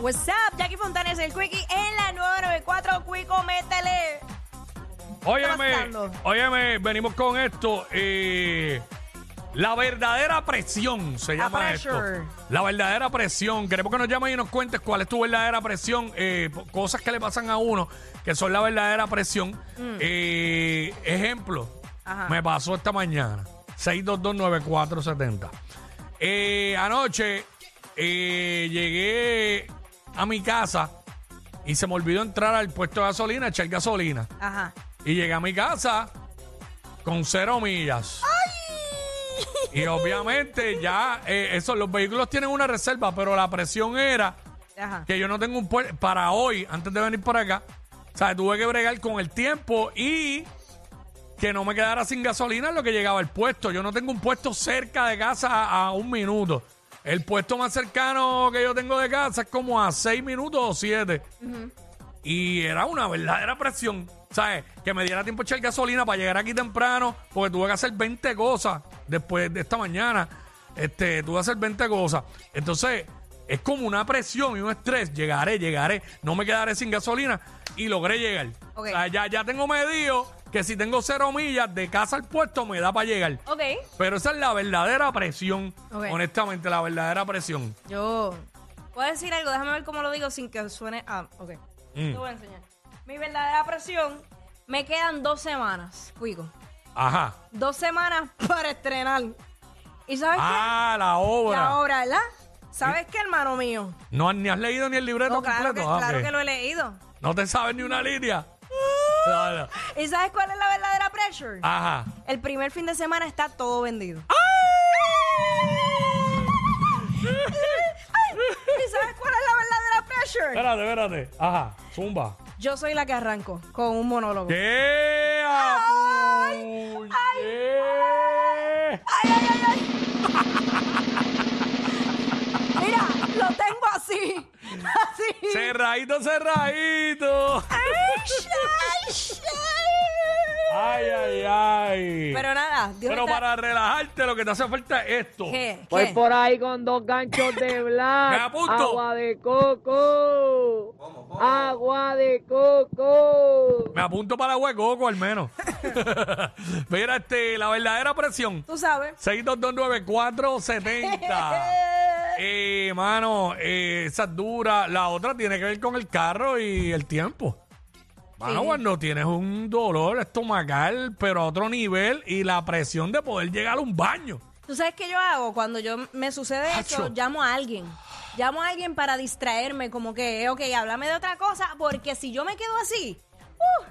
What's up, Jackie Fontanes, el Quickie en la 994. Quico, métele. Óyeme, pasando? óyeme, venimos con esto. eh, la verdadera presión se llama esto. pressure. La verdadera presión. Queremos que nos llames y nos cuentes cuál es tu verdadera presión. eh, po- cosas que le pasan a uno que son la verdadera presión. Eh, ejemplo, Ajá. me pasó esta mañana. 6229470. Eh, anoche eh, llegué a mi casa y se me olvidó entrar al puesto de gasolina, echar gasolina. Ajá. Y llegué a mi casa con cero millas. Y obviamente ya, eh, eso, los vehículos tienen una reserva, pero la presión era Ajá. que yo no tengo un puer- para hoy, antes de venir para acá. O sea, tuve que bregar con el tiempo y que no me quedara sin gasolina en lo que llegaba el puesto. Yo no tengo un puesto cerca de casa a, a un minuto. El puesto más cercano que yo tengo de casa es como a seis minutos o siete. Y era una verdadera presión. ¿Sabes? Que me diera tiempo a echar gasolina para llegar aquí temprano, porque tuve que hacer 20 cosas después de esta mañana. Este, tuve que hacer 20 cosas. Entonces, es como una presión y un estrés. Llegaré, llegaré, no me quedaré sin gasolina. Y logré llegar. Ok. O sea, ya, ya tengo medido que si tengo cero millas de casa al puesto me da para llegar. Ok. Pero esa es la verdadera presión. Ok. Honestamente, la verdadera presión. Yo. Puedo decir algo, déjame ver cómo lo digo sin que suene. Ah, ok. Mm. Te voy a enseñar. Mi verdadera presión. Me quedan dos semanas, Quico. Ajá. Dos semanas para estrenar. ¿Y sabes Ah, qué? la obra. La obra, ¿verdad? ¿Sabes qué, hermano mío? No, ni has leído ni el libreto No, claro, que, completo. Ah, claro ok. que lo he leído. No te sabes ni una línea. No, no. ¿Y sabes cuál es la verdadera pressure? Ajá. El primer fin de semana está todo vendido. Ay, ¿Y sabes cuál es la verdadera pressure? Espérate, espérate. Ajá. Zumba. Yo soy la que arranco con un monólogo. ¿Qué? Ay, Apuñe. ¡Ay, ay, ay, ay! Mira, lo tengo así. Así. Cerradito, cerradito. Ay, ay, ay. Ay, ay, ay. Pero nada, Dios Pero está- para relajarte lo que te hace falta es esto. ¿Qué? Voy ¿Qué? por ahí con dos ganchos de Me black. apunto. Agua de coco. Agua de coco. Me apunto para el hueco, al menos. Mira, este, la verdadera presión. Tú sabes. 6229470. Eh, mano, eh, esa es dura. La otra tiene que ver con el carro y el tiempo. Mano, Sí. cuando tienes un dolor estomacal, pero a otro nivel, y la presión de poder llegar a un baño. ¿Tú sabes qué yo hago? Cuando yo me sucede eso, Hacho. llamo a alguien. Llamo a alguien para distraerme, como que, ok, háblame de otra cosa, porque si yo me quedo así, uh,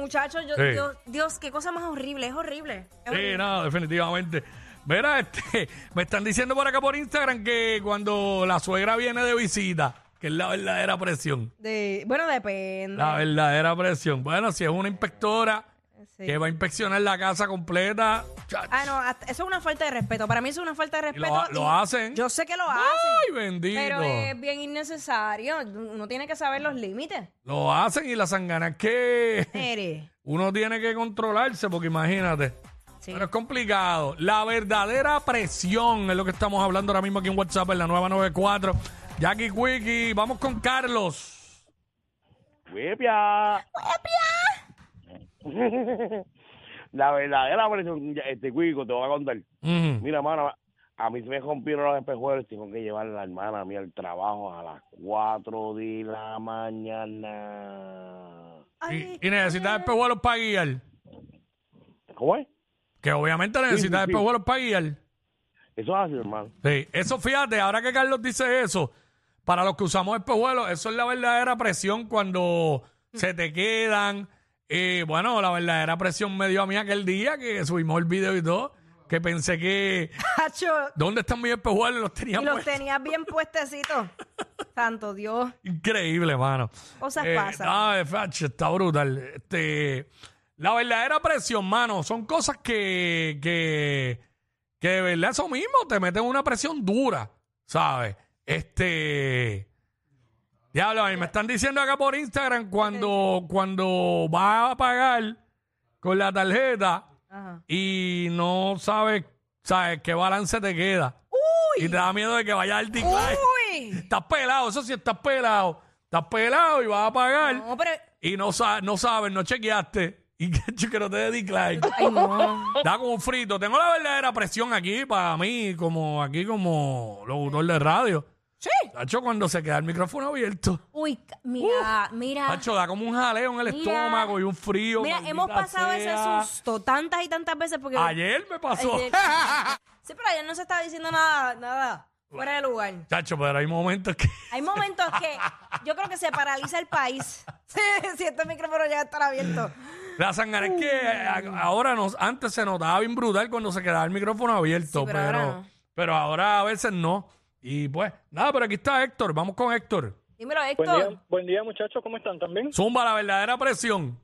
muchachos, yo, Sí. yo- Dios, qué cosa más horrible, es horrible. es Sí, horrible. no, Eh, definitivamente. Mira, este, me están diciendo por acá por Instagram que cuando la suegra viene de visita, que es la verdadera presión. De- bueno, depende. La verdadera presión. Bueno, si es una inspectora Sí. que va a inspeccionar la casa completa, chacho, Ah, no, hasta- eso es una falta de respeto. Para mí eso es una falta de y respeto. lo, ha- y lo hacen. ¡Ah! Yo sé que lo hacen. Ay, bendito. Ah, pero eh, es bien innecesario. Uno tiene que saber los límites. Lo hacen y la sangana es que Mire. uno tiene que controlarse, porque imagínate. Sí. Pero es complicado. La verdadera presión es lo que estamos hablando ahora mismo aquí en WhatsApp en la nueva 94. Jackie Quickie, vamos con Carlos. ¡Huepia! ¡Huepia! la verdadera presión, ya, este cuico, te voy a contar. Mm. Mira, mano, a mí se me rompieron los espejuelos y tengo que llevar a la hermana mía al trabajo a las 4 de la mañana. Ay, Y, y necesitas espejuelos para guiar. ¿Cómo es? Que obviamente necesitas Sí, sí. espejuelos para guiar. Eso es así, hermano. Sí, eso fíjate, ahora que Carlos dice eso, para los que usamos espejuelos, eso es la verdadera presión cuando se te quedan. Eh, bueno, la verdadera presión me dio a mí aquel día que subimos el video y todo, que pensé que. Hacho, ¿Dónde están mis espejuelos? Los tenía y los puestos. tenías bien puestecitos. Santo Dios. Increíble, mano. Cosas pasan. Eh, no, de facho, está brutal. Este, la verdadera presión, mano, son cosas que, que, que de verdad eso mismo te meten una presión dura, ¿sabes? Este. Diablo, a mí me están diciendo acá por Instagram cuando, cuando vas a pagar con la tarjeta Ajá. y no sabes, ¿sabes qué balance te queda? Y te da miedo de que vaya al decline. ¡Uy! Estás pelado, eso sí, estás pelado. Estás pelado y vas a pagar. No, pero. Y no, sa- no sabes, no chequeaste. Y que, que no te dé decline. Ay, no. Da como un frito. Tengo la verdadera presión aquí para mí, como aquí como locutor de radio. Sí. Tacho, cuando se queda el micrófono abierto. Uy, ca- mira, mira. Tacho, da como un jaleo en el Mira. estómago y un frío. Mira, maldita hemos pasado sea. ese susto tantas y tantas veces porque. Ayer me pasó. Ayer- Sí, pero ayer no se estaba diciendo nada, nada. Fuera de lugar. Tacho, pero hay momentos que... Hay momentos que yo creo que se paraliza el país. Sí, si este micrófono llega a estar abierto. La sangre es que a- ahora nos, antes se notaba bien brutal cuando se quedaba el micrófono abierto, Sí, pero, pero pero, ahora ahora no. a veces no. Y pues, nada, pero aquí está Héctor, vamos con Héctor. Dímelo, Buen Héctor. día, buen día muchachos, ¿cómo están también? Zumba la verdadera presión.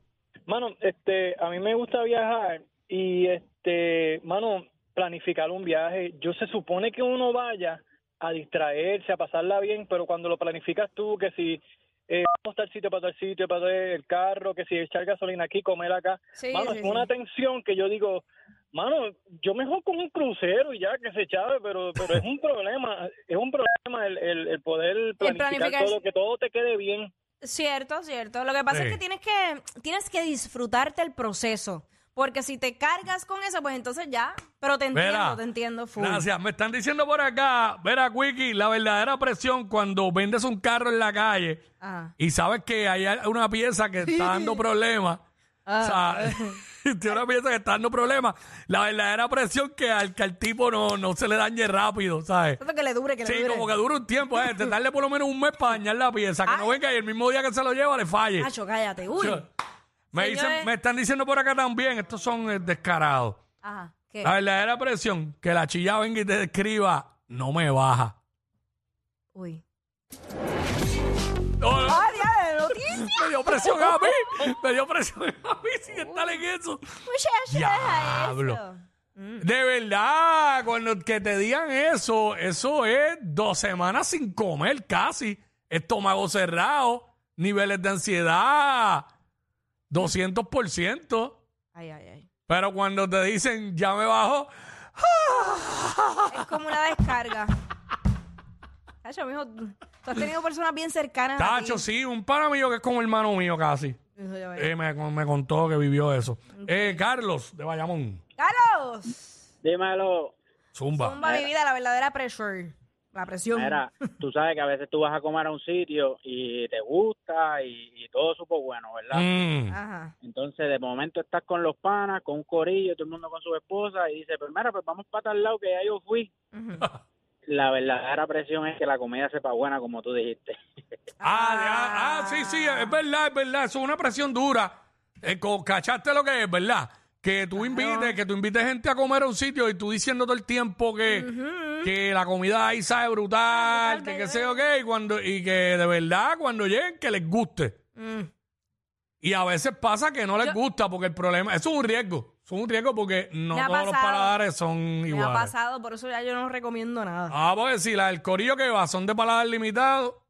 Mano, este, a mí me gusta viajar y este, mano, planificar un viaje. Yo se supone que uno vaya a distraerse, a pasarla bien, pero cuando lo planificas tú, que si eh, vamos tal sitio para tal sitio, para tal- el carro, que si echar gasolina aquí, comer acá, Sí, mano, sí, es sí. una tensión que yo digo, mano, yo mejor con un crucero y ya que se chave, pero, pero es un problema, es un problema el, el, el poder planificar, planificar- todo, que todo te quede bien. Cierto, cierto. Lo que pasa Sí. es que tienes que tienes que disfrutarte el proceso, porque si te cargas con eso, pues entonces ya. Pero te entiendo, Verá. te entiendo full. Gracias, me están diciendo por acá, verá, Wiki, la verdadera presión cuando vendes un carro en la calle Ajá. y sabes que hay una pieza que está dando problemas. Ah. O sea, tiene una pieza que está dando problemas. La verdadera presión que al, que al tipo no, no se le dañe rápido, ¿sabes? Tanto que le dure, que le Sí, dure. como que dura un tiempo, eh, de darle por lo menos un mes para dañar la pieza, que no venga y el mismo día que se lo lleva le falle. Acho, cállate. Uy. Yo- me, Señores. dicen, me están diciendo por acá también, estos son eh, descarados. Ajá. ¿Qué? La verdadera presión, que la chilla venga y te escriba, no me baja. Uy. No, no, ¡Ay, ya, lo tiene! me dio presión a mí, me dio presión a mí sin estar en eso. Muchacho, deja Diablo. eso. Mm. De verdad, cuando que te digan eso, eso es dos semanas sin comer casi, estómago cerrado, niveles de ansiedad, 200%. Ay, ay, ay. Pero cuando te dicen, ya me bajo, Es como una descarga. Tacho, mijo, tú has tenido personas bien cercanas. a ti. Tacho, Ah, sí, un pana mío que es como hermano mío casi. Eso ya va. Eh, me, me contó que vivió eso. Eh, Carlos, de Bayamón, Carlos, Dímelo. Zumba. bomba mi vida, la verdadera pressure. La presión. Mira, tú sabes que a veces tú vas a comer a un sitio y te gusta y, y todo supo bueno, ¿verdad? Mm. Ajá. Entonces, de momento estás con los panas, con un corillo, todo el mundo con su esposa y dice, pues mira, pues vamos para tal lado que ya yo fui. Ujú. Ah. La verdadera presión es que la comida sepa buena, como tú dijiste. Ah, ah, ah, sí, sí, es verdad, es verdad. Eso es una presión dura. Eh, co- cachaste lo que es, ¿verdad? Que tú invites, que tú invites gente a comer a un sitio y tú diciendo todo el tiempo que, que la comida ahí sabe brutal, que qué sé yo qué, y, cuando, y que de verdad cuando lleguen que les guste. Mm. Y a veces pasa que no les gusta porque el problema, eso es un riesgo, eso es un riesgo porque no Me ha todos los pasado. paladares son Me ha iguales. pasado, por eso ya yo no recomiendo nada. Ah, porque si la, el corillo que va son de paladar limitado,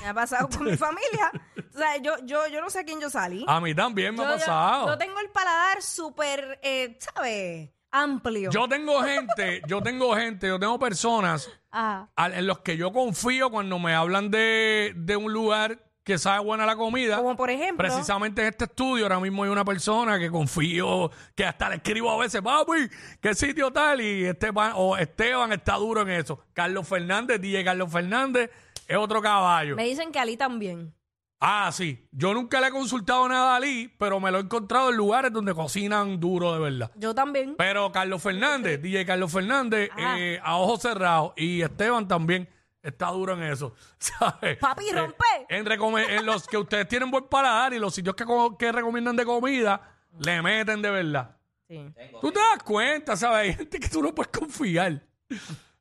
Me ha pasado con mi familia. O sea, yo, yo, yo no sé a quién yo salí. a mí también Ah, me yo, ha yo- pasado. yo tengo el paladar súper, eh, ¿sabes? Amplio. Yo tengo gente, yo tengo gente, yo tengo personas Ajá. al- en los que yo confío cuando me hablan de, de un lugar que sabe buena la comida. Como por ejemplo. Precisamente en este estudio ahora mismo hay una persona que confío, que hasta le escribo a veces, papi, ¿qué sitio tal? Y Esteban, o Esteban está duro en eso. Carlos Fernández, DJ Carlos Fernández, es otro caballo. Me dicen que Ali también. Ah, sí. Yo nunca le he consultado nada a Ali, pero me lo he encontrado en lugares donde cocinan duro de verdad. Yo también. Pero Carlos Fernández, DJ Carlos Fernández, Ajá. eh, a ojos cerrados, y Esteban también está duro en eso, ¿sabes? Papi, Eh, rompe. en, recome- en los que ustedes tienen buen paladar y los sitios que, co- que recomiendan de comida, le meten de verdad. Sí. Tú te das cuenta, ¿sabes? Hay gente que tú no puedes confiar.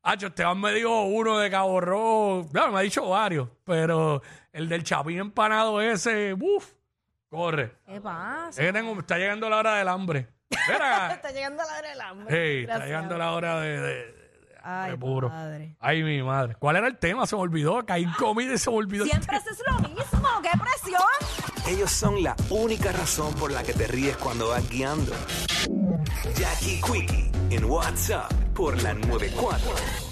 Hacho, Esteban me dijo uno de Cabo Rojo. Claro, me ha dicho varios, pero el del chapín empanado ese, uff, corre. ¿Qué pasa? Es que tengo- está llegando la hora del hambre. Espera. ah, Está llegando la hora del hambre. Ey, está Gracias. llegando la hora de, de- Ay, de puro. padre. Ay, mi madre. ¿Cuál era el tema? Se me olvidó. Caí en comida y se me olvidó. Siempre es lo mismo. ¡Qué presión! Ellos son la única razón por la que te ríes cuando vas guiando. Jackie Quickie en WhatsApp por la 94.